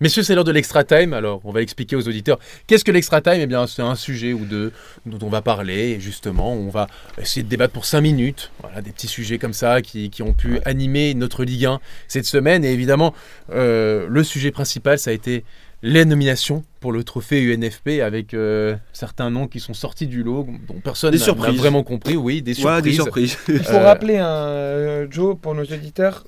Messieurs, c'est l'heure de l'extra time. Alors, on va expliquer aux auditeurs qu'est-ce que l'extra time. Eh bien, c'est un sujet ou deux dont on va parler. Et justement, on va essayer de débattre pour cinq minutes. Voilà, des petits sujets comme ça qui, qui ont pu animer notre Ligue 1 cette semaine. Et évidemment, euh, le sujet principal, ça a été les nominations pour le trophée UNFP avec euh, certains noms qui sont sortis du lot dont personne Des n'a n'a surprises. vraiment compris. Oui, des surprises. Ouais, des surprises. Il faut Euh, rappeler, hein, euh, Joe, pour nos auditeurs,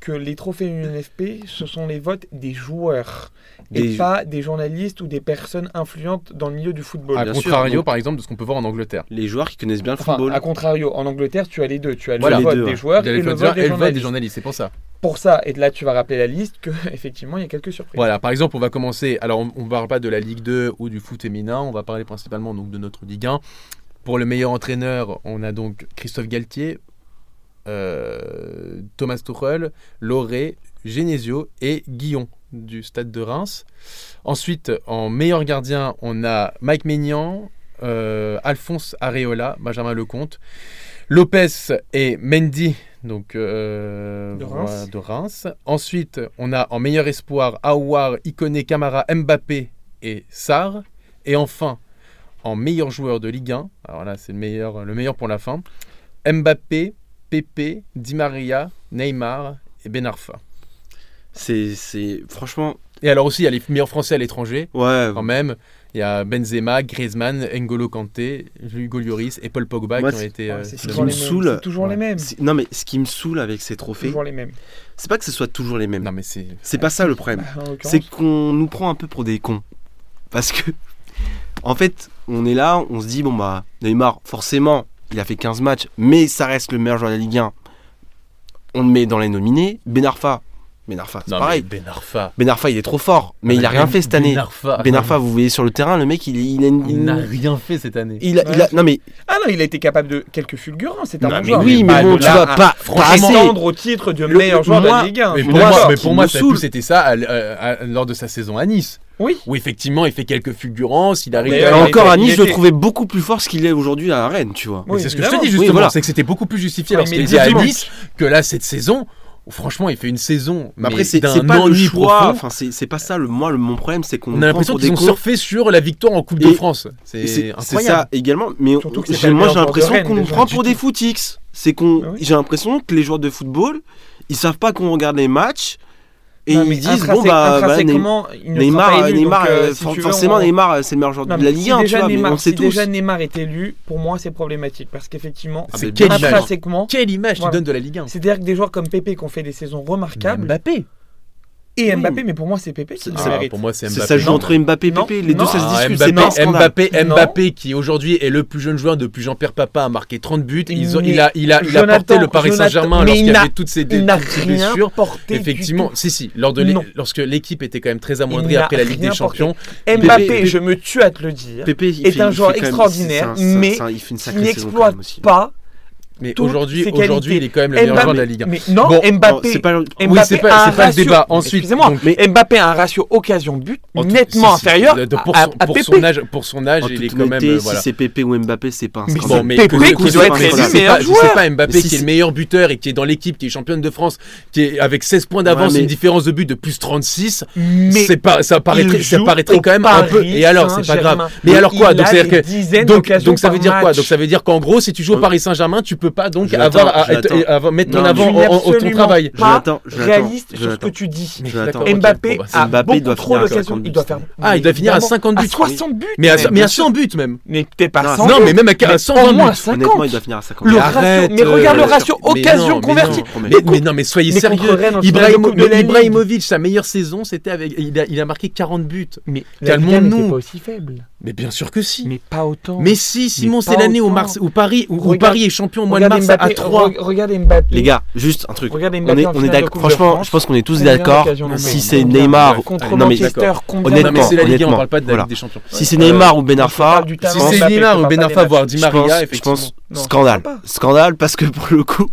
que les trophées UNFP, ce sont les votes des joueurs Des- et pas des journalistes ou des personnes influentes dans le milieu du football. À Oh, bien sûr, contrario, donc- par exemple, de ce qu'on peut voir en Angleterre. Les joueurs qui connaissent bien le Enfin, football. à contrario, en Angleterre, tu as les deux. Tu as Voilà, le les vote deux, hein. des ouais. joueurs Il y a et les le votes joueurs vote des et le vote journalistes. des journalistes, c'est pour ça. Pour ça, et de là, tu vas rappeler la liste que effectivement, il y a quelques surprises. Voilà, par exemple, on va commencer. Alors, on ne parle pas de la Ligue 2 ou du foot féminin, on va parler principalement donc, de notre Ligue 1. Pour le meilleur entraîneur, on a donc Christophe Galtier, euh, Thomas Tuchel, Lauré, Genesio et Guillon du stade de Reims. Ensuite, en meilleur gardien, on a Mike Maignan, euh, Alphonse Areola, Benjamin Lecomte, Lopez et Mendy donc, euh, De Reims. voilà, de Reims. Ensuite, on a en meilleur espoir Aouar, Ikoné, Camara, Mbappé et Sarr. Et enfin, en meilleur joueur de Ligue 1, alors là c'est le meilleur, le meilleur pour la fin, Mbappé, Pepe, Di Maria, Neymar et Ben Arfa. C'est, c'est, franchement, Et alors aussi, il y a les meilleurs Français à l'étranger ouais. quand même. Il y a Benzema, Griezmann, N'Golo Kanté, Hugo Lloris et Paul Pogba Moi, qui ont c'est- été. Ouais, euh, c'est ce qui toujours me les mêmes, saoule, c'est toujours ouais. les mêmes. C'est- Non, mais ce qui me saoule avec ces trophées, Toujours les mêmes. c'est pas que ce soit toujours les mêmes. Non mais c'est. C'est pas ça le problème. Bah, en l'occurrence, C'est qu'on nous prend un peu pour des cons. Parce que, en fait, on est là, on se dit, bon bah, Neymar, forcément, il a fait 15 matchs, mais ça reste le meilleur joueur de la Ligue 1. On le met dans les nominés. Ben Arfa, Ben Arfa, c'est Non, mais pareil. Ben Arfa. Ben Arfa, il est trop fort, mais il a rien Ben- fait cette année. Ben Arfa. Ben Arfa, vous voyez sur le terrain, le mec, il, il a une. Il n'a rien fait cette année. il a- il a- non mais Ah non, il a été capable de quelques fulgurants, c'est un Non, bon mais joueur. oui, mais pas bon, de tu là Ah, vois, à pas, pas assez. prétendre au titre de Le- meilleur joueur de moi- la Ligue 1. Mais pour Moi, moi, ce mais qui pour me moi, ça a saoule. plus c'était ça à l- euh, à- lors de sa saison à Nice, Oui. où effectivement il fait quelques fulgurances, il arrive. Mais à- Et encore à il Nice, je le était- trouvais beaucoup plus fort ce qu'il est aujourd'hui à Rennes, tu vois. Mais Oui, c'est ce que je te évidemment. dis justement, Oui, voilà. c'est que c'était beaucoup plus justifié Oui, lorsqu'il mais était à justement. Nice que là cette saison. où Franchement, il fait une saison. Mais après, mais c'est d'un c'est pas le ennui choix. profond. Enfin, c'est c'est pas ça. Le, moi, le, mon problème, c'est qu'on On nous a prend l'impression pour qu'ils des ont cons. surfé sur la victoire en Coupe Et- de France. Et C'est C'est incroyable. c'est ça également. Mais on- Surtout que c'est j'ai- pas le moi, j'ai meilleur joueur de l'impression Rennes, qu'on nous déjà, prend du pour tout. des footix. C'est qu'on. Ah oui. J'ai l'impression que les joueurs de football, ils savent pas qu'on regarde les matchs et Non, mais ils disent bon intrinsèque- bah, bah, Ney- intrinsèquement, il ne sera Neymar, pas élu, donc, Neymar, euh, euh, si for- tu veux, forcément on- Neymar, euh, c'est le meilleur joueur Non, de mais la si Ligue 1, tu déjà vois. Mais Neymar- on le sait si tous. déjà Neymar est élu, pour moi c'est problématique parce qu'effectivement, Ah, C'est mais quelle bien sûr. image intrinsèquement, Quelle image tu Voilà. donnes de la Ligue 1 c'est-à-dire que des joueurs comme Pépé qui ont fait des saisons remarquables Mbappé. et Oui, Mbappé, mais pour moi c'est Pépé qui C'est- le c'est- mérite. Ah, pour moi, c'est C'est- Mbappé. Ça joue Non. entre Mbappé et Non. Pépé. Les deux, Non. ça se Ah, discute. C'est pas un Mbappé, scandale. Mbappé, Non. Mbappé, qui aujourd'hui est le plus jeune joueur depuis Jean-Pierre Papa, a marqué 30 buts. Ils ont- Mais il a, il a, il a Jonathan- porté le Paris Jonathan- Saint-Germain mais lorsqu'il y il n'a- avait toutes ces, Il dé- n'a toutes ces rien blessures. porté. du Effectivement, si, si, lors de l'é- Non. lorsque l'équipe était quand même très amoindrie Il n'a après la Ligue des rien Champions, tout. Mbappé, Pépé- je me tue à te le dire, Pépé, il est fait- un il joueur fait quand même- extraordinaire, c'est un- c'est un- mais c'est un- il fait une sacrée qui saison quand n'exploite même aussi. pas. mais Toutes aujourd'hui, ses aujourd'hui, qualités. il est quand même le meilleur Mbappé- joueur de la Ligue 1. Mais non, Bon, Bon, Mbappé. c'est pas le- Mbappé Oui, c'est a pas, un c'est pas le ratio- débat. Ensuite, Excusez-moi, donc, Mbappé a un ratio occasion-but en tout- nettement si, si, inférieur de- pour à, son- à pour Pépé. son âge, pour son âge, En il est toute quand même honnêteté, euh, si voilà. c'est Pépé ou Mbappé, c'est pas un Mais scandale. Bon, mais Pépé que- qui que- doit que- être que- élu si c'est meilleur pas- si joueur. c'est pas Mbappé Mais si qui est c'est- le meilleur buteur et qui est dans l'équipe, qui est championne de France, qui est avec 16 points d'avance, Ouais, mais- une différence de but de plus 36, Mais c'est pas, ça paraîtrait, il ça joue paraîtrait au quand même un peu. Paris Et alors, c'est pas grave. Saint-Germain. Mais alors quoi Il Donc, a c'est-à-dire des que- dizaines donc, d'occasions donc ça veut par dire quoi match. Donc ça veut dire qu'en gros, si tu joues au Euh, Paris Saint-Germain, tu peux pas donc Jonathan, avoir à, Jonathan. être- à mettre en Non, avant tu n'es en- en- ton absolument travail. pas Jonathan, Jonathan, réaliste sur ce Jonathan. que tu dis. Mais Jonathan. d'accord, ok. Mbappé Bon, bah, c'est- a Mbappé beaucoup doit trop finir à d'occasions. 50 Il doit buts. faire. Ah, il doit finir à 50 À buts. 60 buts. Mais à, même. mais à 100 buts même. Mais peut-être pas Non, 100. non, mais même à- à mais 120 au moins buts. 50. Honnêtement, il doit finir à 50. Le Mais buts. ratio- arrête, mais regarde le ratio mais non, occasion mais convertie. non, Mais, Mais mais non, mais soyez mais contre sérieux. Rennes en finale de Ibrahim- Coupe de la Ligue. Ibrahimovic, sa meilleure saison, c'était avec. Il a, il a marqué 40 buts. Mais la Ligue 1 n'était pas aussi faible. Mais bien sûr que si. Mais pas autant. Mais si, Simon, Mais c'est pas l'année où, autant. Mars- où Paris, où, où Regarde- Paris est champion au mois de mars à 3. Regarde Mbappé. Les gars, juste un truc. Regarde On Mbappé est, en on est finale de d'accord. Coupe de Franchement, France. je pense qu'on est tous Combien d'accord. d'occasions on a Si fait c'est Combien Neymar, contre euh, non mais Manchester, combien Non, mais honnêtement, c'est la Ligue 1, on honnêtement, parle pas de la voilà. Ligue des Champions. si c'est Neymar ou Ben Arfa, du Si talent, c'est Mbappé, Neymar c'est ou pas Ben Arfa, Neymar. voire Di je pense, Maria, je pense effectivement. Non, scandale, pas. scandale parce que pour le coup,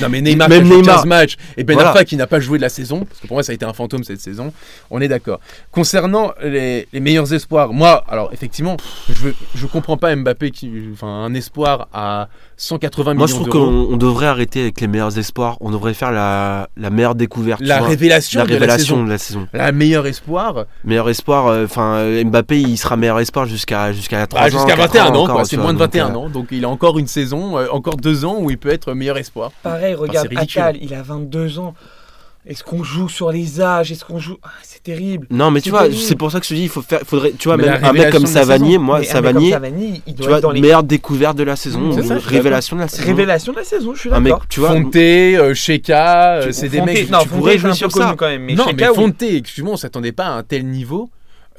Non, mais Neymar, Même qui a fait Neymar. 15 matchs, et Ben Voilà. Arfa qui n'a pas joué de la saison, parce que pour moi, ça a été un fantôme cette saison, on est d'accord. Concernant les, les meilleurs espoirs, moi, alors effectivement, je ne comprends pas Mbappé, qui, enfin, un espoir à 180 Moi, je millions trouve d'euros. qu'on on devrait arrêter avec les meilleurs espoirs. On devrait faire la, la meilleure découverte. tu La vois. révélation, la de la révélation saison. de la saison. La meilleure espoir, Meilleur espoir, euh, enfin euh, Mbappé, il sera meilleur espoir jusqu'à jusqu'à 3 bah, jusqu'à 21 ans, quoi. encore, c'est tu moins de vois, donc, 21 euh, ans, donc il a encore une saison, euh, encore deux ans où il peut être meilleur espoir. Pareil, regarde, c'est ridicule. Atal, il a 22 ans. Est-ce qu'on joue sur les âges Est-ce qu'on joue. Ah, c'est terrible. Non, mais tu C'est vois, terrible. c'est pour ça que je te dis, il faut faire, faudrait, tu vois, Mais même la un mec révélation comme de la Savanier, saison. moi, Mais un mec Savanier, comme Savani, il tu doit vois, être dans les. meilleure découverte de la saison, C'est ou ça, je suis révélation de la saison. Révélation de la saison, je suis Un mec, d'accord. tu vois, Fonté, euh, Sheka, euh, Tu- c'est des Fonté- mecs. Non, tu pourrais Fonté, jouer c'est un sur peu connu ça. quand même. Mais non, mais Sheka, oui. Fonté, excuse-moi, on s'attendait pas à un tel niveau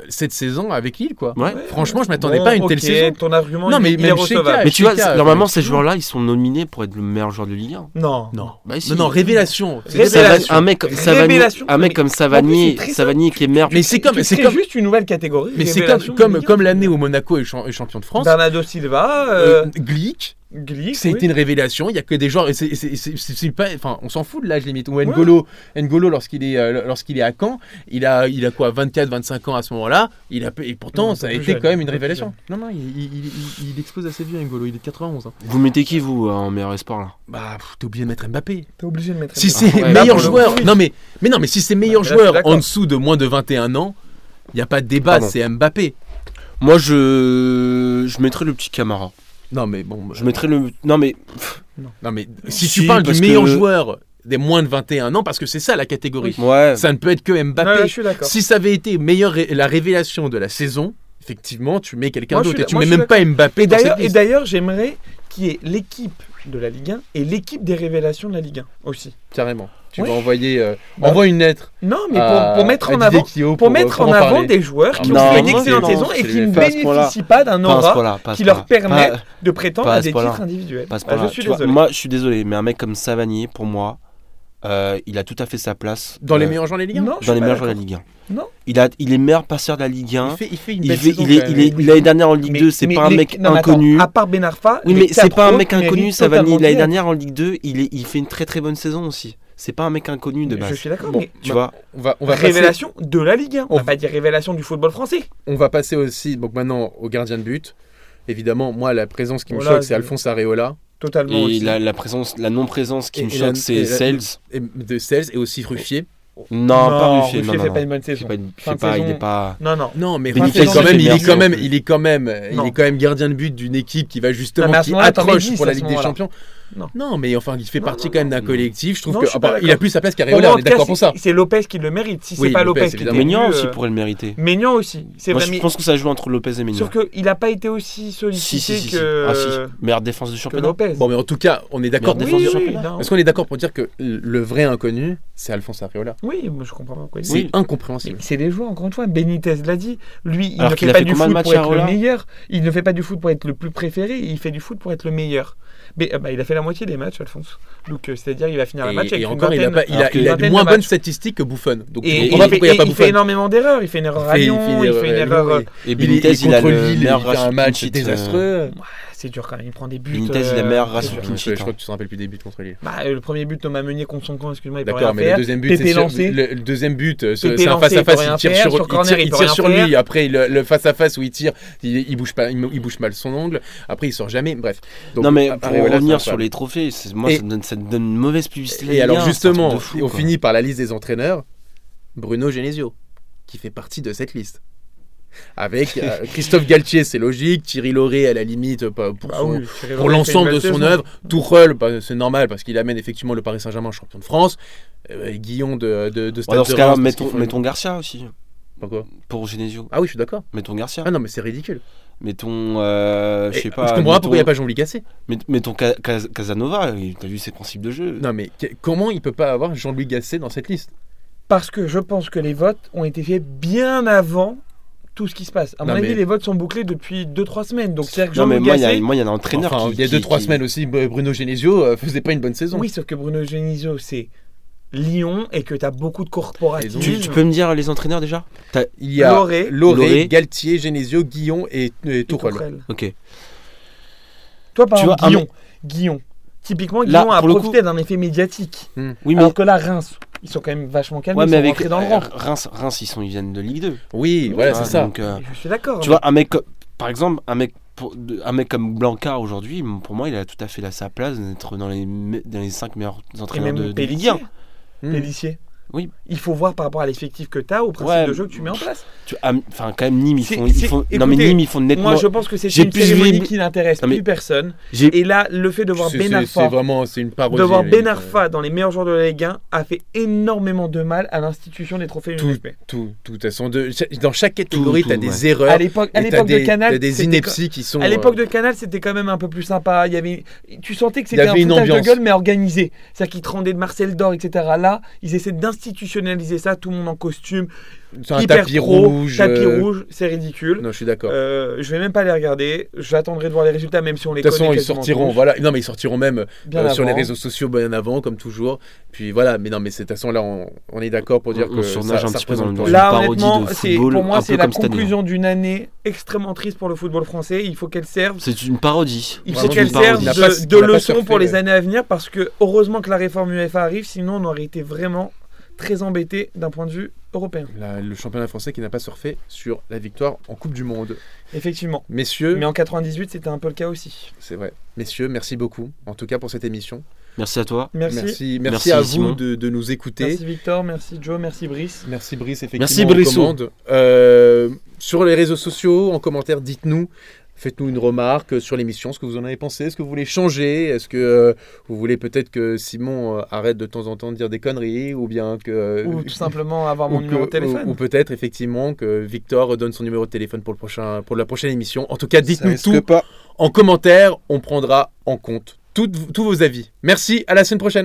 euh, cette saison avec Lille, quoi. ouais. Franchement, je m'attendais Bon, pas à une telle ok, saison. Ton argument, Non, il- mais il est même Sheka, recevable. Mais tu vois, Cheka, c'est- normalement, euh, ces joueurs-là, ils sont nominés pour être le meilleur joueur de Ligue 1. Non. Non. Bah, si. Non, non, révélation. C'est- Savani- Révélation. un mec comme Savanier, Révélation. un mec Mais comme en Savanier, plus, c'est très Savanier qui est meilleur. Mais c'est comme, Tu c'est crées comme, juste une nouvelle catégorie. mais c'est révélation comme, de comme, Ligue un. comme l'année où Monaco est, champ- est champion de France. Bernardo Silva, Bah, euh, euh, Glick, Glick, ça a oui. été une révélation. Il y a que des joueurs. et c'est- et c'est- c'est- c'est- c'est pas- Enfin, on s'en fout de l'âge limite. Ou Ouais. N'Golo, N'Golo, lorsqu'il est, euh, lorsqu'il est à Caen, il a, il a quoi, 24, 25 ans à ce moment-là. Il a, et pourtant, Non, un peu ça a plus été jeune, quand même un une peu plus révélation. Non, non, il, il, il- il explose assez vieux, N'Golo. Il est de 91. hein. Vous mettez qui, vous, euh, en meilleur espoir, là Bah, pff, t'es obligé de mettre Mbappé. Ah, T'es obligé de mettre. Si Mbappé. c'est Ouais, là, meilleur pour le joueur, coup, oui. non mais, mais non mais si c'est meilleur Bah, là, je suis joueur d'accord. en dessous de moins de 21 ans, il y a pas de débat, Pardon. c'est Mbappé. Moi, je. Je mettrais le petit Camara. Non mais bon, euh, Je mettrais le. Non, mais. non mais si, Si, tu parles du parce meilleur que- joueur des moins de 21 ans, parce que c'est ça la catégorie. Ouais. Ça ne peut être que Non, là, je Mbappé. suis d'accord. si ça avait été meilleur ré- la révélation de la saison, effectivement, tu mets quelqu'un Moi, je d'autre suis et tu d'a- mets moi, je même suis pas Mbappé Et dans d'ailleurs, cette et liste. d'ailleurs, j'aimerais qu'il y ait l'équipe de la Ligue 1 et l'équipe des révélations de la Ligue 1 aussi. Carrément. Tu Oui. vas envoyer, euh, Bah. envoie une lettre. Non, mais à- pour, Euh, pour mettre à en Didier avant, Quillot pour, mettre en en avant parler. des joueurs Ah, qui ont non, fait une moi, excellente non, saison et je qui les ne fais à ce point-là. bénéficient pas Pas à d'un ce aura point-là, pas à ce qui leur point-là. permet Pas- de prétendre pas à à ce des point-là. titres individuels. pas à ce Bah, point-là. je suis Tu vois, désolé. moi, je suis désolé, mais un mec comme Savanier, pour moi, euh, il a tout à fait sa place. Dans les euh, meilleurs joueurs de la Ligue 1. Non, je dans suis les pas meilleurs joueurs de d'accord. la Ligue 1. Non. Il, a, il est meilleur passeur de la Ligue Il 1. fait, il fait une Il belle fait- saison, il est- quand il même. est- l'année dernière en Ligue Mais- 2, c'est mais pas un les- mec non, mais attends, inconnu. à part Ben Arfa, Oui, les mais c'est quatre pas un autres mec inconnu, méritent Savani. totalement L'année d'y être. dernière en Ligue 2, il, est, il fait une très très bonne saison aussi. C'est pas un mec inconnu de Je base. suis d'accord, Bon, mais Tu vois On va, on va passer- révélation de la Ligue 1. On On va pas dire révélation du football français. On va passer aussi donc maintenant au gardien de but. Évidemment, moi, la présence qui me Voilà, choque, c'est Oh je- Alphonse Areola Totalement Et aussi. la, la présence, la non-présence qui Et- me et la- choque, et c'est la- Sales. et de Sels et aussi Ruffier. Non, pas Ruffier. Ruffier Non, non, fait non. pas une bonne Il fait saison. pas une- il Fin fait de pas- il saison. est pas. Non, non. Non, mais Mais Ruffier, Nicolas quand même, Sanchez, il est merci quand même, non plus. il est quand même, euh, il Non. est quand même gardien de but d'une équipe qui va justement Non, mais à ce qui moment-là, t'en mets accroche 10 pour la à ce Ligue des moment-là. Champions. Non. mais enfin, il fait Non, partie non, quand même d'un non. collectif. Je trouve Non, que je suis ah, pas bah, il a d'accord. plus sa place Pour moi, qu'Areola. On en est tout cas, d'accord pour c'est- ça. C'est Lopez qui le mérite. Si Oui, c'est pas Lopez, Lopez, qui était évidemment. Maignan venu, aussi euh, pourrait le mériter. Maignan aussi. C'est Moi, vrai. je mais- pense que ça joue entre Lopez et Maignan. Sauf qu'il n'a pas été Si, aussi sollicité si, si. si. que, Ah, si. Ah Meilleure défense de que championnat. Lopez. Bon, mais en tout cas, on est d'accord Mais pour défense oui, du dire. oui, championnat. non. Est-ce qu'on est d'accord pour dire que le vrai inconnu, c'est Alphonse Areola oui, moi, je comprends pas pourquoi. il- C'est Oui. Mais incompréhensible. C'est des joueurs, encore une fois. Benitez l'a dit. Lui, il Alors ne qu'il fait a pas fait du combien de foot matchs pour à être le Roland meilleur. Il ne fait pas du foot pour être le plus préféré. Il fait du foot pour être le meilleur. Mais euh, bah, il a fait la moitié des matchs, Alphonse. Donc, euh, c'est-à-dire, il va finir la match Et, avec et une encore, il a, pas, vingtaine- il alors a, que- il a vingtaine de de moins matchs. bonnes statistiques que Buffon. Donc, Et, je et- comprends pas pourquoi il et- n'y a pas il fait Buffon. énormément d'erreurs. Il fait une erreur à Fait- Lyon, fait il des- fait une euh, erreur. oui. euh, Et Il est- Benitez, il il est a contre le Lille, il meilleur fait un ratio de match clean sheet, euh, désastreux. C'est dur quand même, il prend des buts. euh, Benitez, il a le meilleur ratio Je, de je- clean je sheet. crois hein. que tu te rappelles plus des buts contre Lille. Bah, euh, le premier but, Thomas Meunier contre son camp, excuse-moi, il peut rien D'accord, mais le faire. deuxième but, Pépé c'est sûr. lancé. Le, le deuxième but, euh, c'est Pépé c'est un lancé, face à il peut face. rien Il tire faire. sur, Sur il corner, tire- il il peut tire rien sur lui. faire. Après, le, le face à face où il tire, il, il bouge pas, il, il bouge mal son ongle. Après, il sort jamais. Bref. Donc, non mais Areola, pour c'est revenir incroyable. sur les trophées, c'est- moi Et- ça, me donne, ça me donne une mauvaise publicité. à la Et Ligue alors 1, c'est un truc justement, de fou, on quoi. finit par la liste des entraîneurs. Bruno Genesio, qui fait partie de cette liste. Avec euh, Christophe Galtier, c'est logique. Thierry Lauré, à la limite, euh, pas pour Bah son- oui, Thierry pour Henry fait une l'ensemble de belle son saison. œuvre. Tourelle, bah, c'est normal parce qu'il amène effectivement le Paris Saint-Germain champion de France. Euh, Guillon de, de, de Ouais, dans de ce cas-là, Reims, parce mettons, qu'ils font- mettons Garcia aussi Pourquoi pour Genesio. Ah oui, je suis d'accord. Mettons Garcia. Ah non, mais c'est ridicule. Mettons, euh, je Et sais pas. comprends pas mettons- pourquoi il n'y a pas Jean-Louis Gasset. met- Mettons Ca- Cas- Casanova. il- T'as vu ses principes de jeu. Non, mais que- comment il peut pas avoir Jean-Louis Gasset dans cette liste Parce que je pense que les votes ont été faits bien avant tout ce qui se passe. À mon Non, avis, mais- les votes sont bouclés depuis 2-3 semaines. Donc, c'est-à-dire que Non, mais Jean-Louis moi il y a- Gasset- moi, il y a un entraîneur Enfin, qui- il y a qui- 2-3 qui- semaines aussi, Br- Bruno Genesio euh, faisait pas une bonne saison. Oui, sauf que Bruno Genesio, c'est Lyon et que tu as beaucoup de corporatisme. Tu, tu peux me dire les entraîneurs déjà Il y a Lauré, Lauré, Lauré, Galtier, Genesio, Guillon et, et et Tourelle. Tourelle. Ok. Toi, par Tu exemple, vois, un Guillon. Guillon. Typiquement, Là, Guillon a pour le coup- profité d'un effet médiatique. Oui mais. Alors que là, Reims, ils sont quand même vachement calmes. ouais ils mais sont avec euh, rentrés dans le rang. Reims, Reims ils sont ils viennent de Ligue 2. Ah, Oui, voilà, c'est ça. Donc, euh, Je suis d'accord. tu vois un mec, comme- par exemple un mec pour- de- un mec comme Blanca aujourd'hui, m- pour moi, il a tout à fait là sa place d'être dans les, me- dans les 5 meilleurs Et entraîneurs même de, de Ligue Pellissier. 1. Hmm. Pellissier. Oui. Mmh. Il faut voir par rapport à l'effectif que tu as, au principe Ouais. de jeu que tu mets en place. Tu- ah, Enfin, quand même, Nîmes, ils C'est- font, ils c'est- font- non, mais écoutez, Nîmes, ils font nettement. Moi, je pense que c'est j'ai une plus cérémonie vu- qui n'intéresse Non, mais- plus personne. j'ai- Et là, le fait de voir C'est- Ben c'est- C'est Arfa, vraiment c'est une parodie. de voir limite, Ben euh, Arfa dans les meilleurs joueurs de la Ligue 1 a fait énormément de mal à l'institution des trophées Tout- UNFP. Tout, tout à son de- cha- Dans chaque catégorie, Tout, tu as tout, des ouais. erreurs. À l'époque, à et t'as l'époque de des- Canal, t'as des c'était inepties qui sont. À l'époque euh, de Canal, c'était quand même un peu plus sympa. Il y avait, tu sentais que c'était avait un une foutage de ambiance. gueule, mais organisé. C'est-à-dire qu'ils te rendaient de Marcel d'Or, etc. Là, ils essaient d'institutionnaliser ça, tout le monde en costume, euh, sur un hyper tapis pro, rouge. tapis euh, rouge, c'est ridicule. Non, je suis d'accord. Euh, je vais même pas les regarder. J'attendrai de voir les résultats, même si on les de toute façon, connaît ils quasiment sortiront, tous. voilà. Non, mais ils sortiront même euh, Bien sur les avant. réseaux sociaux bien avant, comme toujours. Puis voilà, mais non, mais c'est- de toute façon, là, on, on est d'accord pour dire On- on que surnage ça, un ça petit peu dans représente pas. le- une Là, parodie honnêtement, de c'est- football, pour moi, un c'est peu la comme cette année. conclusion d'une année extrêmement triste pour le football français. Il faut qu'elle serve. C'est une parodie. Il Vraiment faut qu'elle une parodie. serve On n'a pas- de, de on n'a pas leçon surfé, pour les ouais. années à venir parce que heureusement que la réforme UEFA arrive, sinon on aurait été vraiment très embêtés d'un point de vue européen. La- le championnat français qui n'a pas surfé sur la victoire en Coupe du Monde. Effectivement. Messieurs, Mais en 98, c'était un peu le cas aussi. c'est vrai. Messieurs, merci beaucoup, en tout cas pour cette émission. Merci à toi. Merci. Merci, Merci, merci, Merci, à Simon. vous de, de nous écouter. Victor, merci Joe, merci Brice. Merci Brice, effectivement. Merci, on Brissot. commande. Euh, sur les réseaux sociaux, en commentaire, dites-nous. Faites-nous une remarque euh, sur l'émission, ce que vous en avez pensé, est-ce que vous voulez changer, est-ce que euh, vous voulez peut-être que Simon euh, arrête de temps en temps de dire des conneries, ou bien que... euh, Ou tout simplement avoir ou mon que- numéro de ou- téléphone. ou peut-être effectivement que Victor donne son numéro de téléphone pour, le prochain, pour la prochaine émission. En tout cas, dites-nous tout pas. en commentaire, on prendra en compte toutes- tous vos avis. Merci, à la semaine prochaine.